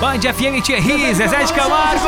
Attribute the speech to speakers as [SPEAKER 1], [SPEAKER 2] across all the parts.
[SPEAKER 1] Band FM Thierry, Zezé de Camargo,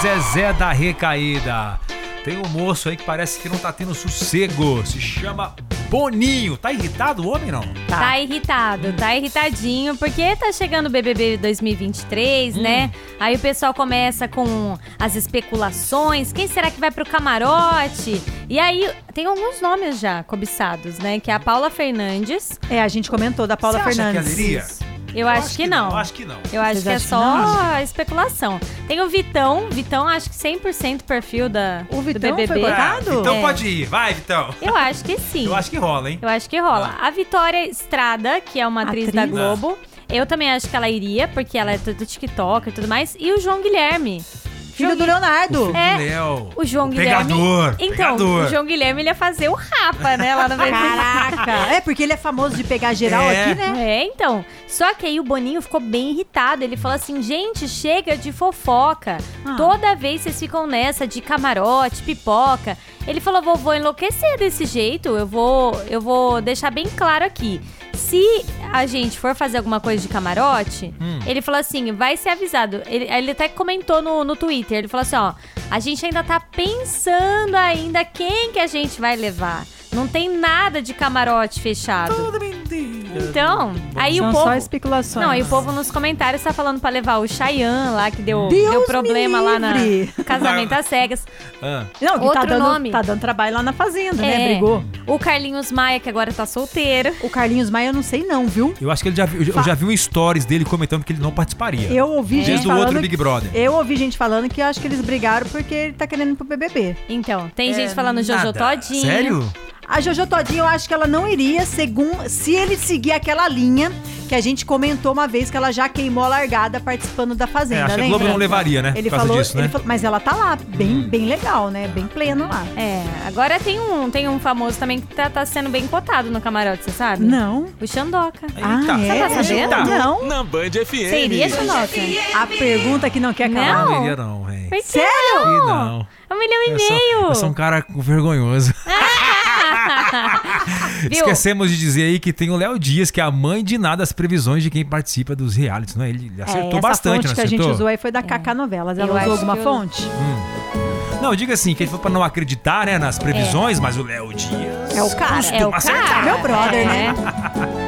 [SPEAKER 1] Zezé da Recaída. Tem um moço aí que parece que não tá tendo sossego, se chama Boninho. Tá irritado o homem, não?
[SPEAKER 2] Tá. irritado, tá irritadinho, porque tá chegando o BBB 2023, né? Aí o pessoal começa com as especulações, quem será que vai pro camarote? E aí tem alguns nomes já cobiçados, né? Que é a Paula Fernandes.
[SPEAKER 3] É, a gente comentou da Paula
[SPEAKER 1] Você acha
[SPEAKER 3] Fernandes.
[SPEAKER 1] que ela iria?
[SPEAKER 2] Eu, acho, que, não.
[SPEAKER 1] Eu acho que não.
[SPEAKER 2] Eu acho
[SPEAKER 3] Vocês
[SPEAKER 2] que é
[SPEAKER 3] acham que
[SPEAKER 2] só
[SPEAKER 3] não?
[SPEAKER 2] a especulação. Tem o Vitão, Vitão acho que 100% perfil da
[SPEAKER 3] O Vitão
[SPEAKER 2] do BBB.
[SPEAKER 3] foi pra-
[SPEAKER 1] Ah,
[SPEAKER 3] Coitado.
[SPEAKER 1] Então
[SPEAKER 2] É.
[SPEAKER 1] pode ir, vai, Vitão.
[SPEAKER 2] Eu acho que sim.
[SPEAKER 1] Eu acho que rola, hein?
[SPEAKER 2] Eu acho que rola. A Vitória Estrada, que é uma atriz, da
[SPEAKER 3] Ah. Atriz.
[SPEAKER 2] Globo, eu também acho que ela iria, porque ela é do TikTok e tudo mais. E o João Guilherme.
[SPEAKER 3] Filho do Leonardo.
[SPEAKER 2] É,
[SPEAKER 1] Léo.
[SPEAKER 2] O João Guilherme.
[SPEAKER 1] Pegador.
[SPEAKER 2] Então,
[SPEAKER 1] pegador.
[SPEAKER 2] o João Guilherme ele ia fazer o rapa, né? Lá no
[SPEAKER 3] Caraca. É, porque ele é famoso de pegar geral
[SPEAKER 1] É.
[SPEAKER 3] aqui, né?
[SPEAKER 2] É, então. Só que aí o Boninho ficou bem irritado. Ele falou assim: gente, chega de fofoca.
[SPEAKER 3] Ah.
[SPEAKER 2] Toda vez vocês ficam nessa de camarote, pipoca. Ele falou: vou, vou enlouquecer desse jeito. Eu vou, eu vou deixar bem claro aqui. Se a gente for fazer alguma coisa de camarote, ele falou assim: vai ser avisado. Ele, ele até comentou no, no Twitter: ele falou assim, ó, a gente ainda tá pensando ainda quem que a gente vai levar. Não tem nada de camarote fechado. Então, aí o
[SPEAKER 3] São
[SPEAKER 2] povo.
[SPEAKER 3] só especulações.
[SPEAKER 2] Não, e o povo nos comentários tá falando pra levar o Chayanne lá, que deu, deu
[SPEAKER 3] Deus
[SPEAKER 2] problema
[SPEAKER 3] me
[SPEAKER 2] lá na
[SPEAKER 3] livre.
[SPEAKER 2] casamento às cegas.
[SPEAKER 1] Ah,
[SPEAKER 3] Não, que tá
[SPEAKER 2] Outro
[SPEAKER 3] dando,
[SPEAKER 2] nome.
[SPEAKER 3] tá dando trabalho lá na fazenda, né?
[SPEAKER 2] É.
[SPEAKER 3] Brigou.
[SPEAKER 2] O Carlinhos Maia, que agora tá solteiro.
[SPEAKER 3] O Carlinhos Maia eu não sei não, viu?
[SPEAKER 1] eu acho que ele já viu, eu já vi um stories dele comentando que ele não participaria.
[SPEAKER 3] Eu ouvi gente
[SPEAKER 1] Desde o
[SPEAKER 3] falando...
[SPEAKER 1] outro Big Brother.
[SPEAKER 3] Eu ouvi gente falando que eu acho que eles brigaram porque ele tá querendo ir pro BBB.
[SPEAKER 2] Então, tem gente falando Jojo
[SPEAKER 1] É, Nada.
[SPEAKER 2] Todinho.
[SPEAKER 1] Sério?
[SPEAKER 3] A Jojo Todinho, eu acho que ela não iria segun- se ele seguir aquela linha que a gente comentou uma vez que ela já queimou a largada participando da Fazenda,
[SPEAKER 1] É, acho que a
[SPEAKER 3] lembra?
[SPEAKER 1] Globo não levaria, né,
[SPEAKER 3] Ele
[SPEAKER 1] por causa
[SPEAKER 3] falou,
[SPEAKER 1] disso, né? Hum.
[SPEAKER 3] ele falou- mas ela tá lá, bem, bem legal, né? Bem plena lá.
[SPEAKER 2] É, agora tem um, tem um famoso também que tá, tá sendo bem cotado no camarote, você sabe?
[SPEAKER 3] Não.
[SPEAKER 2] O Xandoca.
[SPEAKER 3] Ah, é?
[SPEAKER 1] Eita.
[SPEAKER 2] Você tá sabendo?
[SPEAKER 3] Não.
[SPEAKER 4] Na Band FM.
[SPEAKER 2] Você iria, Xandoca?
[SPEAKER 3] A pergunta que não quer calar.
[SPEAKER 1] Não,
[SPEAKER 2] Não.
[SPEAKER 1] não iria não, véi.
[SPEAKER 2] Por que
[SPEAKER 3] Sério?
[SPEAKER 2] não?
[SPEAKER 1] Não.
[SPEAKER 2] Um milhão e
[SPEAKER 1] Eu sou,
[SPEAKER 2] meio.
[SPEAKER 1] eu sou um cara vergonhoso.
[SPEAKER 2] Viu?
[SPEAKER 1] Esquecemos de dizer aí que tem o Léo Dias, que é a mãe de nada as previsões de quem participa dos realities, não é? Ele
[SPEAKER 3] É,
[SPEAKER 1] acertou
[SPEAKER 3] essa
[SPEAKER 1] bastante,
[SPEAKER 3] fonte
[SPEAKER 1] não
[SPEAKER 3] que a gente
[SPEAKER 1] acertou?
[SPEAKER 3] usou aí foi da Kaká Novelas. Ela
[SPEAKER 2] É. Eu
[SPEAKER 3] usou
[SPEAKER 2] acho
[SPEAKER 3] alguma
[SPEAKER 2] que eu-
[SPEAKER 3] fonte?
[SPEAKER 1] Não, diga assim, que ele falou pra não acreditar, né, nas previsões, mas o Léo Dias...
[SPEAKER 3] É o cara.
[SPEAKER 2] É o
[SPEAKER 1] Costuma acertar.
[SPEAKER 2] cara.
[SPEAKER 3] Meu brother, né?
[SPEAKER 2] É.